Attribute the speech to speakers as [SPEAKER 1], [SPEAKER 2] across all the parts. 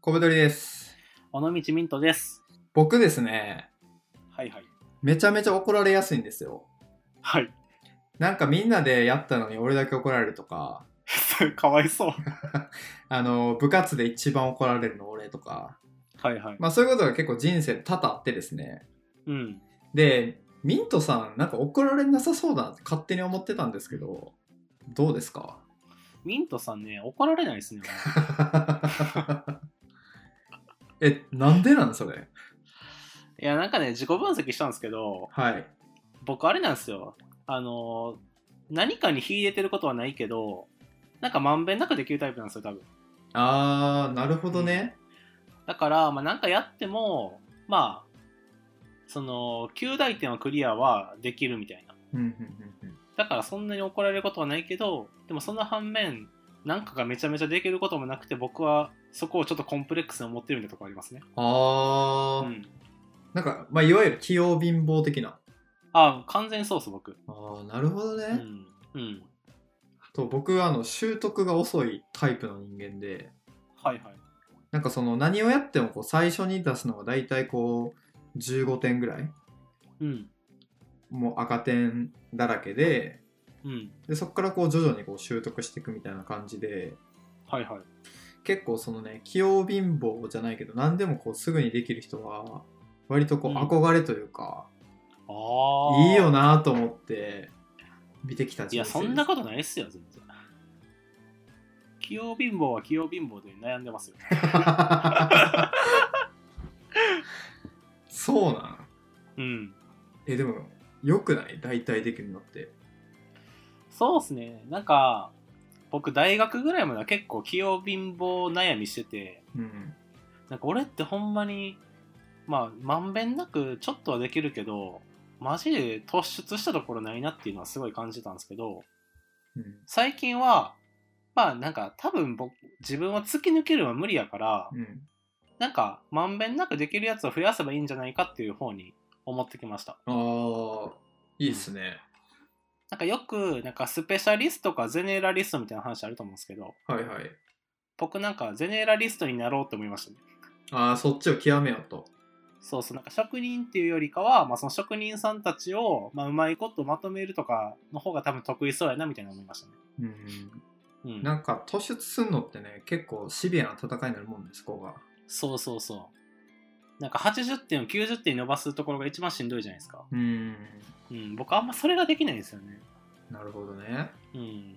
[SPEAKER 1] 小太りです。
[SPEAKER 2] 尾道ミントです。
[SPEAKER 1] 僕ですね、
[SPEAKER 2] はいはい。
[SPEAKER 1] めちゃめちゃ怒られやすいんですよ。
[SPEAKER 2] はい。
[SPEAKER 1] なんかみんなでやったのに俺だけ怒られるとか、
[SPEAKER 2] かわいそう。
[SPEAKER 1] あの、部活で一番怒られるの俺とか、
[SPEAKER 2] はいはい。
[SPEAKER 1] まあそういうことが結構人生多々あってですね。
[SPEAKER 2] うん。
[SPEAKER 1] で、ミントさん、なんか怒られなさそうだって勝手に思ってたんですけど、どうですか
[SPEAKER 2] ミントさんね、怒られないですね。
[SPEAKER 1] え、なんでなんそれ
[SPEAKER 2] いや、なんかね、自己分析したんですけど、
[SPEAKER 1] はい。
[SPEAKER 2] 僕あれなんですよ。あのー、何かに秀でてることはないけど、なんかまんべんなくできるタイプなんですよ、多分。
[SPEAKER 1] あー、なるほどね。
[SPEAKER 2] だから、まあ、なんかやっても、まあ、その、9大点はクリアはできるみたいな。
[SPEAKER 1] うん、うん、うん、うん。
[SPEAKER 2] だからそんなに怒られることはないけど、でもその反面、なんかがめちゃめちゃできることもなくて、僕はそこをちょっとコンプレックスを持ってるみたいなとこありますね。う
[SPEAKER 1] あー、
[SPEAKER 2] ん。
[SPEAKER 1] なんか、まあ、いわゆる器用貧乏的な。
[SPEAKER 2] あ、完全にそうっす、僕。
[SPEAKER 1] ああ、なるほどね。
[SPEAKER 2] うん。うん。
[SPEAKER 1] と僕はあの習得が遅いタイプの人間で、
[SPEAKER 2] はいはい。
[SPEAKER 1] なんかその何をやってもこう最初に出すのが大体こう15点ぐらい、
[SPEAKER 2] うん。
[SPEAKER 1] もう赤点だらけで、
[SPEAKER 2] うん。
[SPEAKER 1] でそこからこう徐々にこう習得していくみたいな感じで、
[SPEAKER 2] はいはい。
[SPEAKER 1] 結構そのね、器用貧乏じゃないけど、何でもこうすぐにできる人は、割とこう
[SPEAKER 2] うん
[SPEAKER 1] 憧れというか、
[SPEAKER 2] ああ。
[SPEAKER 1] いいよ。なと思って見てきた
[SPEAKER 2] い
[SPEAKER 1] 人生
[SPEAKER 2] や、
[SPEAKER 1] です
[SPEAKER 2] そんなことないっすよ、全然。器用貧乏は器用貧乏で悩んでますよ。
[SPEAKER 1] そうなん
[SPEAKER 2] うん。
[SPEAKER 1] えでもよくない大体できるのって
[SPEAKER 2] そうっすね。なんか、僕、大学ぐらいまでは結構器用貧乏悩みしてて、
[SPEAKER 1] うん
[SPEAKER 2] なんか俺ってほんまに、まあ、まんべんなくちょっとはできるけど、マジで突出したところないなっていうのはすごい感じたんですけど、
[SPEAKER 1] うん
[SPEAKER 2] 最近は、まあなんか多分僕、自分は突き抜けるのは無理やから、
[SPEAKER 1] うん
[SPEAKER 2] なんかまんべんなくできるやつを増やせばいいんじゃないかっていう方に思ってきました。
[SPEAKER 1] あーいいっすね、
[SPEAKER 2] なんかよく、なんかスペシャリストかゼネラリストみたいな話あると思うんですけど、
[SPEAKER 1] はいはい
[SPEAKER 2] 僕なんかゼネラリストになろうと思いましたね。
[SPEAKER 1] ああそっちを極めようと
[SPEAKER 2] そうそう、なんか職人っていうよりかは、まあ、その職人さんたちを、まあ、うまいことまとめるとかの方が多分得意そうやなみたいな思いましたね。
[SPEAKER 1] うん
[SPEAKER 2] うん。
[SPEAKER 1] なんか突出するのってね結構シビアな戦いになるもんですここが
[SPEAKER 2] そうそうそう。なんか80点を90点に伸ばすところが一番しんどいじゃないですか。
[SPEAKER 1] うん
[SPEAKER 2] うん。僕あんまそれができないんですよね。
[SPEAKER 1] なるほどね
[SPEAKER 2] うん。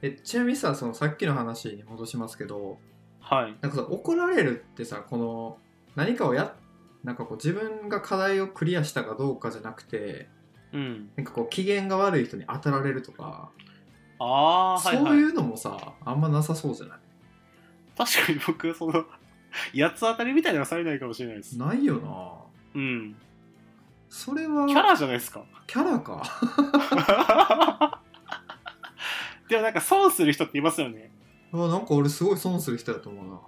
[SPEAKER 1] えちなみにさそのさっきの話に戻しますけど
[SPEAKER 2] はい。
[SPEAKER 1] なんかさ怒られるってさこの何かをやなんかこう自分が課題をクリアしたかどうかじゃなくて
[SPEAKER 2] うん。
[SPEAKER 1] なんかこう機嫌が悪い人に当たられるとか、
[SPEAKER 2] ああー、はいはい。
[SPEAKER 1] そういうのもさあんまなさそうじゃない
[SPEAKER 2] 確かに僕、その、八つ当たりみたいなのはされないかもしれないです。
[SPEAKER 1] ないよな
[SPEAKER 2] うん。
[SPEAKER 1] それは
[SPEAKER 2] キャラじゃないですか。
[SPEAKER 1] キャラか
[SPEAKER 2] でもなんか損する人っていますよね。
[SPEAKER 1] うわなんか俺すごい損する人だと思うな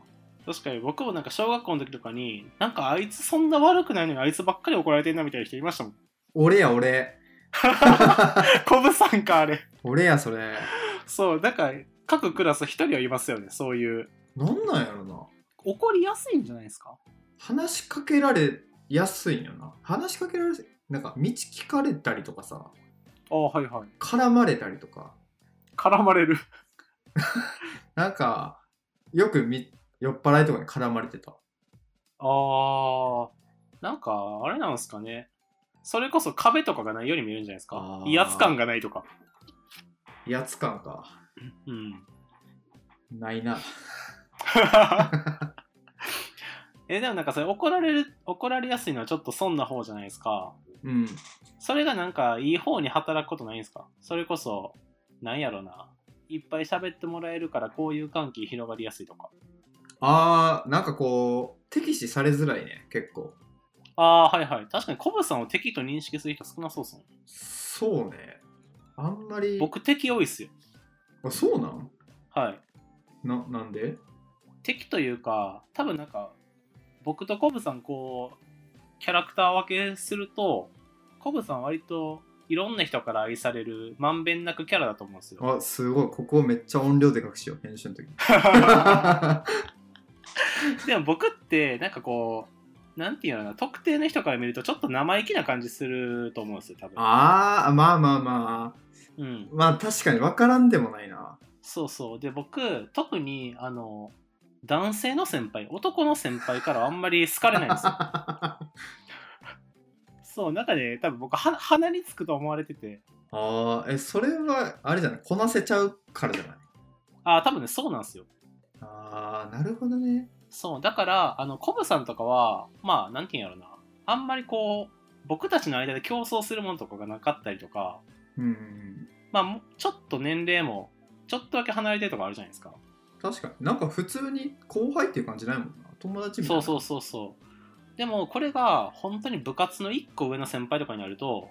[SPEAKER 2] 確かに僕もなんか小学校の時とかになんかあいつそんな悪くないのにあいつばっかり怒られてんなみたいな人いましたもん
[SPEAKER 1] 俺や俺
[SPEAKER 2] コブさんかあれ
[SPEAKER 1] 俺やそれ
[SPEAKER 2] そうなんか各クラス一人はいますよねそういう
[SPEAKER 1] なんなんやろな
[SPEAKER 2] 怒りやすいんじゃないですか
[SPEAKER 1] 話しかけられやすいんよな話しかけられなんか道聞かれたりとかさ
[SPEAKER 2] ああはいはい
[SPEAKER 1] 絡まれたりとか
[SPEAKER 2] 絡まれ る
[SPEAKER 1] なんかよくみ酔っ払いとかに絡まれてた
[SPEAKER 2] ああなんかあれなんですかねそれこそ壁とかがないように見えるんじゃないですか
[SPEAKER 1] あー
[SPEAKER 2] 威圧感がないとか
[SPEAKER 1] 威圧感か
[SPEAKER 2] うん
[SPEAKER 1] ないな
[SPEAKER 2] えでもなんかそれ怒られる怒られやすいのはちょっと損な方じゃないですか
[SPEAKER 1] うん
[SPEAKER 2] それがなんかいい方に働くことないんですかそれこそ、なんやろな。いっぱい喋ってもらえるからこういう関係広がりやすいとか。
[SPEAKER 1] あーなんかこう敵視されづらいね結構
[SPEAKER 2] ああー、はいはい。確かにコブさんを敵と認識する人少なそうっすもん。
[SPEAKER 1] そうねあんまり
[SPEAKER 2] 僕敵多いっすよ。
[SPEAKER 1] あそうなん
[SPEAKER 2] はい。
[SPEAKER 1] ななんで
[SPEAKER 2] 敵というか、多分なんか、僕とコブさんこう、キャラクター分けすると、コブさん割といろんな人から愛されるまんべんなくキャラだと思うんですよ。
[SPEAKER 1] あすごいここめっちゃ音量でかくしよう編集の時
[SPEAKER 2] 確
[SPEAKER 1] あ
[SPEAKER 2] でも僕ってなんかこうなんていうのかな特定の人から見るとちょっと生意気な感じすると思うんですよ多分、
[SPEAKER 1] ああまあまあまあ
[SPEAKER 2] うん、
[SPEAKER 1] まあ確かに分からんでもないな
[SPEAKER 2] そうそうで僕特にあの男性の先輩男の先輩からはあんまり好かれないんで すよ
[SPEAKER 1] あ
[SPEAKER 2] そう中で多分僕は鼻につくと思われてて
[SPEAKER 1] あえそれはあれじゃないこなせちゃうからじゃない
[SPEAKER 2] ああ多分ねそうなんですよ
[SPEAKER 1] ああなるほどね
[SPEAKER 2] そう、だから、あの、コブさんとかは、まあ、なんていうんやろな。あんまりこう、僕たちの間で競争するものとかがなかったりとか、
[SPEAKER 1] うん
[SPEAKER 2] まあ、もちょっと年齢も、ちょっとだけ離れてるとかあるじゃないですか。
[SPEAKER 1] 確かになんか普通に後輩っていう感じないもんな友達みたい
[SPEAKER 2] そう
[SPEAKER 1] な
[SPEAKER 2] そううそうそう。でも、これが、本当に部活の1個上の先輩とかになると、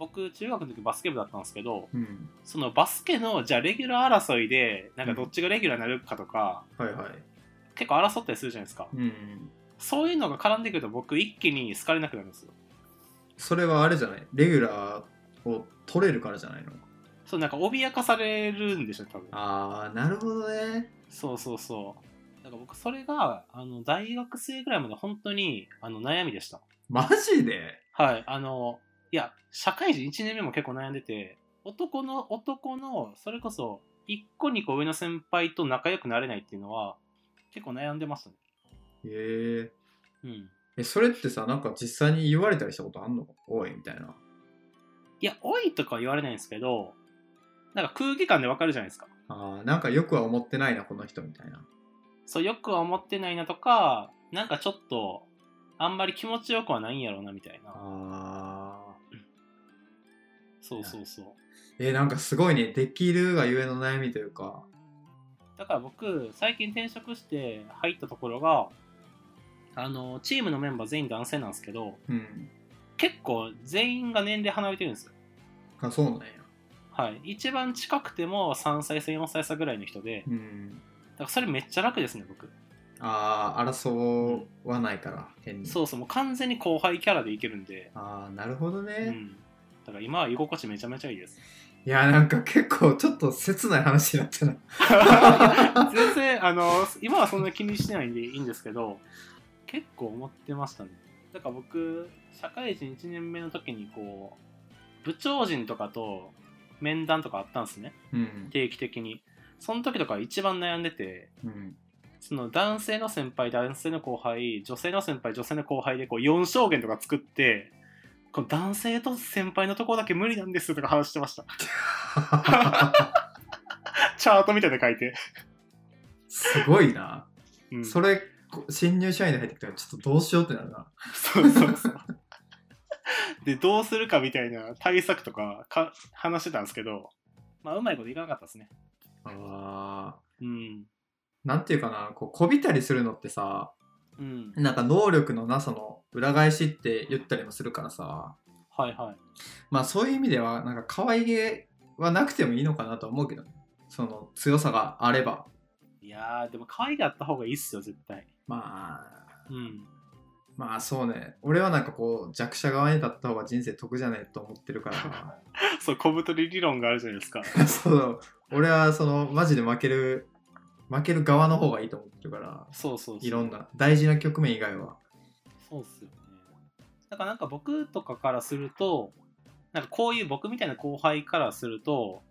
[SPEAKER 2] 僕、中学の時バスケ部だったんですけ
[SPEAKER 1] そ
[SPEAKER 2] ど、
[SPEAKER 1] ううん
[SPEAKER 2] そのバスケの、じゃあ、レギュラー争いで、なんかどっちがレギュラーになるかとか、
[SPEAKER 1] はいはい
[SPEAKER 2] 結構争ったりするじゃないですか。
[SPEAKER 1] うん
[SPEAKER 2] そういうのが絡んでくると、僕、一気に好かれなくなるんですよ。
[SPEAKER 1] それはあれじゃないレギュラーを取れるからじゃないの
[SPEAKER 2] そうなんか脅かされるんでしょ多分
[SPEAKER 1] ああなるほどね
[SPEAKER 2] そうそうそうだから僕それがあの大学生ぐらいまで本当にあの悩みでした
[SPEAKER 1] マジで
[SPEAKER 2] はいあのいや社会人1年目も結構悩んでて男の男のそれこそ1個2個上の先輩と仲良くなれないっていうのは結構悩んでましたね
[SPEAKER 1] へえ
[SPEAKER 2] うん
[SPEAKER 1] えそれってさなんか実際に言われたりしたことあんのおいみたいない
[SPEAKER 2] や「おい」とかは言われないんですけどなんか空気感でわかるじゃないですか
[SPEAKER 1] あーなんかよくは思ってないなこの人みたいな
[SPEAKER 2] そうよくは思ってないなとかなんかちょっとあんまり気持ちよくはないんやろうなみたいな
[SPEAKER 1] あ
[SPEAKER 2] そうそうそう
[SPEAKER 1] ーえなんかすごいねできるがゆえの悩みというか
[SPEAKER 2] だから僕、最近転職して入ったところが、あの、チームのメンバー全員男性なんですけど、
[SPEAKER 1] うん
[SPEAKER 2] 結構全員が年齢離れてるんですよ。
[SPEAKER 1] あそうなんや
[SPEAKER 2] はい。一番近くても3歳差、4歳差ぐらいの人で、
[SPEAKER 1] うん
[SPEAKER 2] だからそれめっちゃ楽ですね、僕。
[SPEAKER 1] ああ争わないから変に
[SPEAKER 2] そうそう、もう完全に後輩キャラでいけるんで、
[SPEAKER 1] ああなるほどね、
[SPEAKER 2] う
[SPEAKER 1] い
[SPEAKER 2] ん。だから今は居心地めちゃめちゃいいです。
[SPEAKER 1] やなんか結構ちょっと切ない話になったな
[SPEAKER 2] 全然、あの、今はそんな気にしてないんでいいんですけど、結構思ってましたね。だから僕、社会人1年目の時にこう、部長陣とかと面談とかあったんですね。
[SPEAKER 1] うん、
[SPEAKER 2] 定期的に。その時とか一番悩んでて、
[SPEAKER 1] うん、
[SPEAKER 2] その男性の先輩、男性の後輩、女性の先輩、女性の後輩でこう4証言とか作って、この男性と先輩のところだけ無理なんですとか話してました。 チャートみたいなの書いて。
[SPEAKER 1] すごいな、
[SPEAKER 2] うん
[SPEAKER 1] それこ新入社員で入ってきたらちょっとどうしようってなるな
[SPEAKER 2] そうそうそう。 で、どうするかみたいな対策とかか話してたんですけど、まあ、うまいこといかなかったですね。
[SPEAKER 1] あ
[SPEAKER 2] うん。
[SPEAKER 1] ーなんていうかなこうこびたりするのってさ
[SPEAKER 2] うん。
[SPEAKER 1] なんか能力のなさの裏返しって言ったりもするからさ
[SPEAKER 2] はいはい。
[SPEAKER 1] まあそういう意味ではなんか可愛げはなくてもいいのかなとは思うけどねその強さがあれば
[SPEAKER 2] いやー、でも可愛があった方がいいっすよ、絶対。
[SPEAKER 1] まあ
[SPEAKER 2] うん。
[SPEAKER 1] まあそうね俺はなんかこう弱者側に立った方が人生得じゃないと思ってるから
[SPEAKER 2] そう、小太り理論があるじゃないですか。
[SPEAKER 1] そう俺はそのマジで負ける負ける側の方がいいと思ってるから
[SPEAKER 2] そうそうそう。
[SPEAKER 1] いろん。な大事な局面以外は
[SPEAKER 2] そうっすよね。だからなんか僕とかからすると、なんかこういう僕みたいな後輩からすると、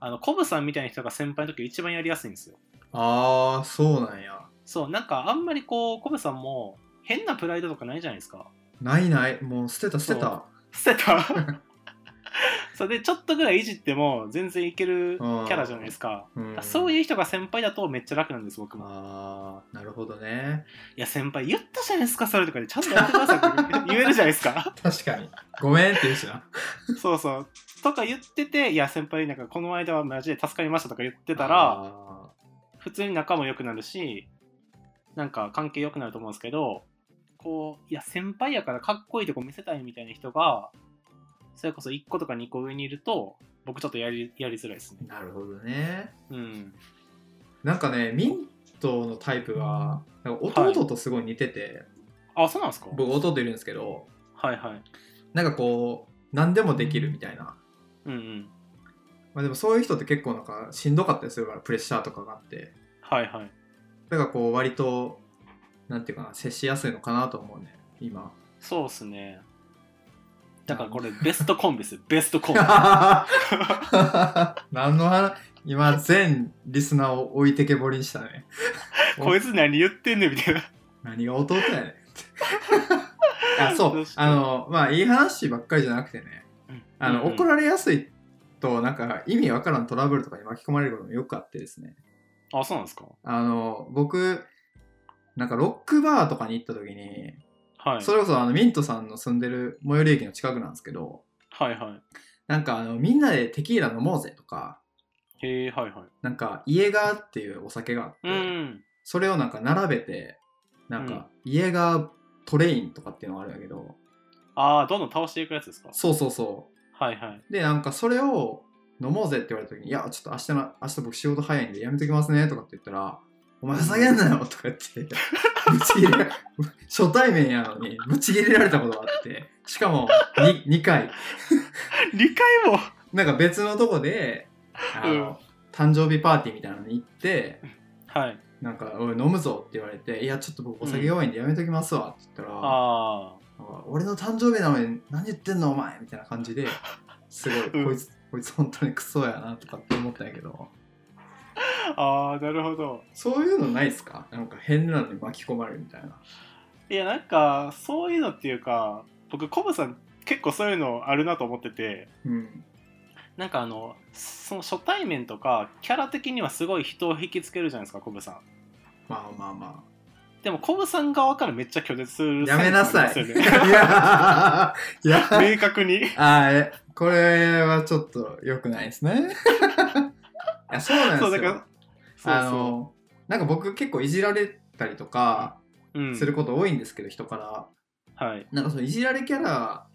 [SPEAKER 2] あの、コブさんみたいな人が先輩の時一番やりやすいんですよ。
[SPEAKER 1] ああそうなんや
[SPEAKER 2] そう、なんかあんまりこう、コブさんも変なプライドとかないじゃないですか。
[SPEAKER 1] ないないもう捨てた捨てた
[SPEAKER 2] 捨てた それでちょっとぐらいいじっても全然いけるキャラじゃないですか。
[SPEAKER 1] うん
[SPEAKER 2] そういう人が先輩だとめっちゃ楽なんです、僕も。
[SPEAKER 1] ああなるほどね
[SPEAKER 2] いや、先輩言ったじゃないですか、それとかでちゃんとやってくださいって言えるじゃないですか。
[SPEAKER 1] 確かにごめんって言うしな
[SPEAKER 2] そうそう。とか言ってて、いや、先輩なんかこの間はマジで助かりましたとか言って
[SPEAKER 1] 出
[SPEAKER 2] たら、普通に仲も良くなるし、なんか関係良くなると思うんですけど、こう、いや、先輩やからかっこいいとこ見せたいみたいな人が、それこそ1個とか2個上にいると、僕ちょっとやりやりづらいですね。
[SPEAKER 1] なるほどね
[SPEAKER 2] うん。
[SPEAKER 1] なんかねミントのタイプがなんか弟とすごい似てて、
[SPEAKER 2] あ、そうなんですか
[SPEAKER 1] 僕弟いるんですけど
[SPEAKER 2] はいはい。
[SPEAKER 1] なんかこう何でもできるみたいな、
[SPEAKER 2] うんうん。
[SPEAKER 1] まあ、でもそういう人って結構なんかしんどかったりするからプレッシャーとかがあって
[SPEAKER 2] はいはい。
[SPEAKER 1] だからこう割となんていうかな接しやすいのかなと思うね今
[SPEAKER 2] そうっすね。だからこれベストコンビですよ。ベストコ ンビ。
[SPEAKER 1] 何の話今全リスナーを置いてけぼりにしたね
[SPEAKER 2] こいつ何言ってんねんみたいな。
[SPEAKER 1] 何が弟やねんってあそ
[SPEAKER 2] ど
[SPEAKER 1] う
[SPEAKER 2] うした
[SPEAKER 1] あのまあいい話ばっかりじゃなくてねあの、
[SPEAKER 2] うんうん
[SPEAKER 1] 怒られやすいとなんか意味わからんトラブルとかに巻き込まれることもよくあってですね
[SPEAKER 2] あ、そうなんですか
[SPEAKER 1] あの僕なんかロックバーとかに行った時に、
[SPEAKER 2] はい。
[SPEAKER 1] それこそあのミントさんの住んでる最寄り駅の近くなんですけど
[SPEAKER 2] はいは
[SPEAKER 1] なんかあのみんなでテキーラ飲もうぜとか
[SPEAKER 2] い。へえ、はいはい。
[SPEAKER 1] なんかイエガーっていうお酒があって、
[SPEAKER 2] うん。
[SPEAKER 1] それをなんか並べてなんかイエガートレインとかっていうのがあるんだけど
[SPEAKER 2] ああ、どんどん倒していくやつですか
[SPEAKER 1] そうそうそう
[SPEAKER 2] はいはい。
[SPEAKER 1] でなんかそれを飲もうぜって言われた時に「いやちょっと明日の明日僕仕事早いんでやめときますね」とかって言ったら「お前ふざけんなよ」とか言ってぶち切れ初対面やのにぶち切れられたことがあってしかも 2, 回
[SPEAKER 2] 理解も
[SPEAKER 1] なんか別のとこであの、
[SPEAKER 2] うん
[SPEAKER 1] 誕生日パーティーみたいなのに行って
[SPEAKER 2] はい。
[SPEAKER 1] 「なんかおい飲むぞ」って言われて「いやちょっと僕お酒弱いんでやめときますわ」って言ったら、
[SPEAKER 2] あ
[SPEAKER 1] なんか俺の誕生日なのに何言ってんのお前みたいな感 じですごい、
[SPEAKER 2] うん
[SPEAKER 1] こいつこいつ本当にクソやなとかって思ったんやけど
[SPEAKER 2] あ。ああ、なるほど。
[SPEAKER 1] そういうのないっすかなんか変なのに巻き込まれるみたいない
[SPEAKER 2] や、なんか、そういうのっていうか、僕、コブさん結構そういうのあるなと思ってて、
[SPEAKER 1] うん
[SPEAKER 2] なんかあの、その初対面とか、キャラ的にはすごい人を引きつけるじゃないですか、コブさん。
[SPEAKER 1] まあまあま
[SPEAKER 2] でも、コブさん側からめっちゃ拒絶する
[SPEAKER 1] あやめなさい、
[SPEAKER 2] サイン
[SPEAKER 1] い
[SPEAKER 2] がありますよね
[SPEAKER 1] や いや
[SPEAKER 2] 明確に。
[SPEAKER 1] あーえこれはちょっと良くないです ねいやそうなんです
[SPEAKER 2] そ
[SPEAKER 1] よ
[SPEAKER 2] う、だから、そう
[SPEAKER 1] あのなんか僕結構いじられたりとか
[SPEAKER 2] そう。うん
[SPEAKER 1] すること多いんですけど、人から
[SPEAKER 2] はい。
[SPEAKER 1] なんかそのいじられキャラ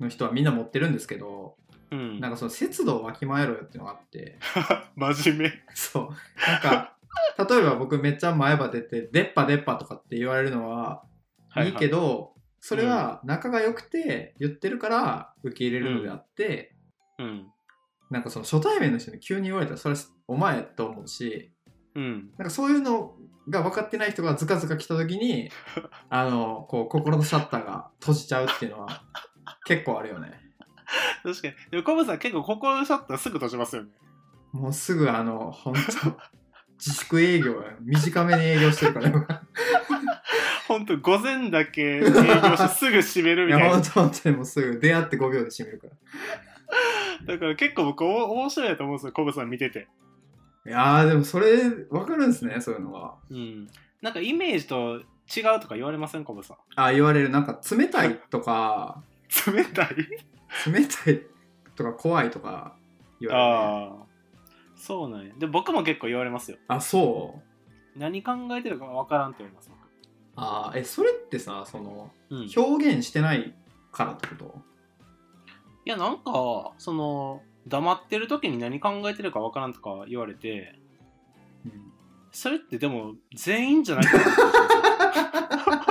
[SPEAKER 1] の人はみんな持ってるんですけど、
[SPEAKER 2] うん。
[SPEAKER 1] なんかその節度をわきまえろよっていうのがあ って、
[SPEAKER 2] 真面
[SPEAKER 1] そう。なんか、例えば僕めっちゃ前歯出て、出っ歯出っ歯とかって言われるのは
[SPEAKER 2] 目。
[SPEAKER 1] いいけ
[SPEAKER 2] ど。
[SPEAKER 1] ど、それは仲が良くて言ってるから受け入れるのであって、
[SPEAKER 2] うん。
[SPEAKER 1] なんかその初対面の人に急に言われたらそれはお前と思うし、
[SPEAKER 2] うん。
[SPEAKER 1] なんかそういうのが分かってない人がズカズカ来た時 に、あの、こう心のシャッターが閉じちゃうっていうのは結構あるよね。
[SPEAKER 2] 確かに。でも、コブさん結構心のシャッターすぐ閉じますよね。
[SPEAKER 1] もうすぐあの、本当自粛営業や、短めに営業して るから、今
[SPEAKER 2] ほんと、午前だけ営業してすぐ閉める
[SPEAKER 1] い
[SPEAKER 2] みたい
[SPEAKER 1] や、
[SPEAKER 2] な
[SPEAKER 1] 本。当本当にもうすぐ出会って5秒で閉めるから。
[SPEAKER 2] だから結構僕、お面白いなと思うんですよ、コブさん見てて。
[SPEAKER 1] いやー、でもそれ、わかるんですね、そういうのは。
[SPEAKER 2] うん。なんかイメージと違うとか言われません、コブさん。
[SPEAKER 1] あ、言われる、なんか冷たいとか、
[SPEAKER 2] 冷たい
[SPEAKER 1] 冷たいとか怖いとか言われる、ね。
[SPEAKER 2] ああ。そうなんや。で、僕も結構言われますよ。
[SPEAKER 1] あそう
[SPEAKER 2] 何考えてるかわからんって言われます、
[SPEAKER 1] あーえ、それってさ、その、
[SPEAKER 2] 僕。うん。
[SPEAKER 1] 表現してないからってこと
[SPEAKER 2] いやなんかその黙ってる時に何考えてるかわからんとか言われて
[SPEAKER 1] うん
[SPEAKER 2] それってでも全員じゃないかなって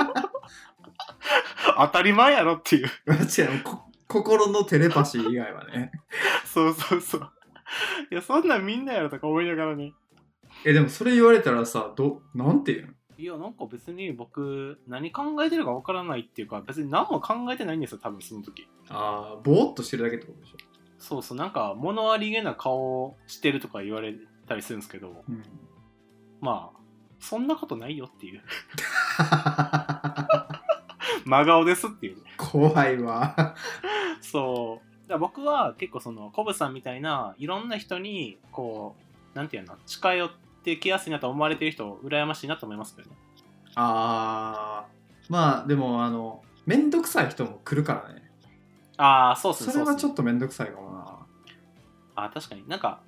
[SPEAKER 2] 思って当たり前やろっていう
[SPEAKER 1] 違う、こ心のテレパシー以外はね。
[SPEAKER 2] そうそうそういやそんなんみんなやろとか思いながらね
[SPEAKER 1] え、でもそれ言われたらさ、ど、なんて言うの
[SPEAKER 2] いやなんか別に僕何考えてるかわからないっていうか別に何も考えてないんですよ多分その時
[SPEAKER 1] ああ、ぼーっとしてるだけってことでしょ
[SPEAKER 2] そうそうなんか物ありげな顔をしてるとか言われたりするんですけど
[SPEAKER 1] うん
[SPEAKER 2] まあそんなことないよっていう真顔ですっていう
[SPEAKER 1] 怖いわ。
[SPEAKER 2] そう。だから僕は結構そのコブさんみたいないろんな人にこうなんていうの近寄ってきやすいなと思われてる人羨ましいなと思いますけどね。
[SPEAKER 1] あー、まあでも、あの、めんどくさい人も来るからね。
[SPEAKER 2] ああそうっすね
[SPEAKER 1] そ
[SPEAKER 2] そ
[SPEAKER 1] れ
[SPEAKER 2] うっす
[SPEAKER 1] は
[SPEAKER 2] ね。
[SPEAKER 1] ちょっとめんどくさいかもな。
[SPEAKER 2] あー確かになんか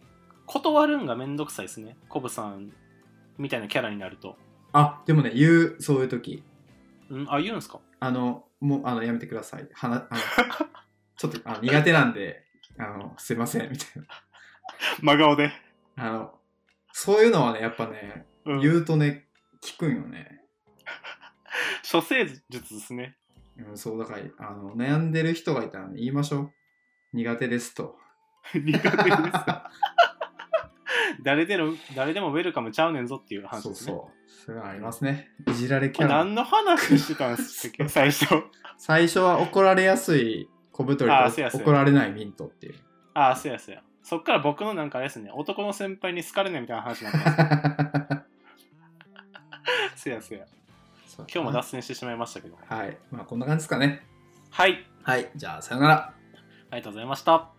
[SPEAKER 2] 断るんがめんどくさいですねコブさんみたいなキャラになると。
[SPEAKER 1] あ、でもね、言う、そういう時。
[SPEAKER 2] うん、あ言うんすか
[SPEAKER 1] あの、もう、あの、やめてください。はな、あの、 ちょっとあの苦手なんで、あの、すいません、みたいな。
[SPEAKER 2] 真顔で。
[SPEAKER 1] あの、そういうのはね、やっぱね、
[SPEAKER 2] うん、
[SPEAKER 1] 言うとね、聞くんよね。
[SPEAKER 2] 処世術ですね。
[SPEAKER 1] うん、そう、だから、あの、悩んでる人がいたらね、言いましょう。苦手ですと。
[SPEAKER 2] 苦手です。誰でも、誰でもウェルカムちゃうねんぞっていう話
[SPEAKER 1] そう
[SPEAKER 2] ですね。
[SPEAKER 1] そう。そういうのありますね。いじられキ
[SPEAKER 2] これ
[SPEAKER 1] ャラ。
[SPEAKER 2] 何の話してたんですっけ最初。
[SPEAKER 1] 最初は怒られやすい小太り
[SPEAKER 2] あーそうや
[SPEAKER 1] と
[SPEAKER 2] そうや
[SPEAKER 1] 怒られないミントっていう。
[SPEAKER 2] ああ、そうやそうや。そっから僕のなんかあれですね、男の先輩に好かれないみたいな話になってます。 そうやそうや。
[SPEAKER 1] そう
[SPEAKER 2] 今日も脱線してしまいましたけど。
[SPEAKER 1] はい。まあこんな感じですかね。
[SPEAKER 2] はい。
[SPEAKER 1] はい。じゃあさよなら。
[SPEAKER 2] ありがとうございました。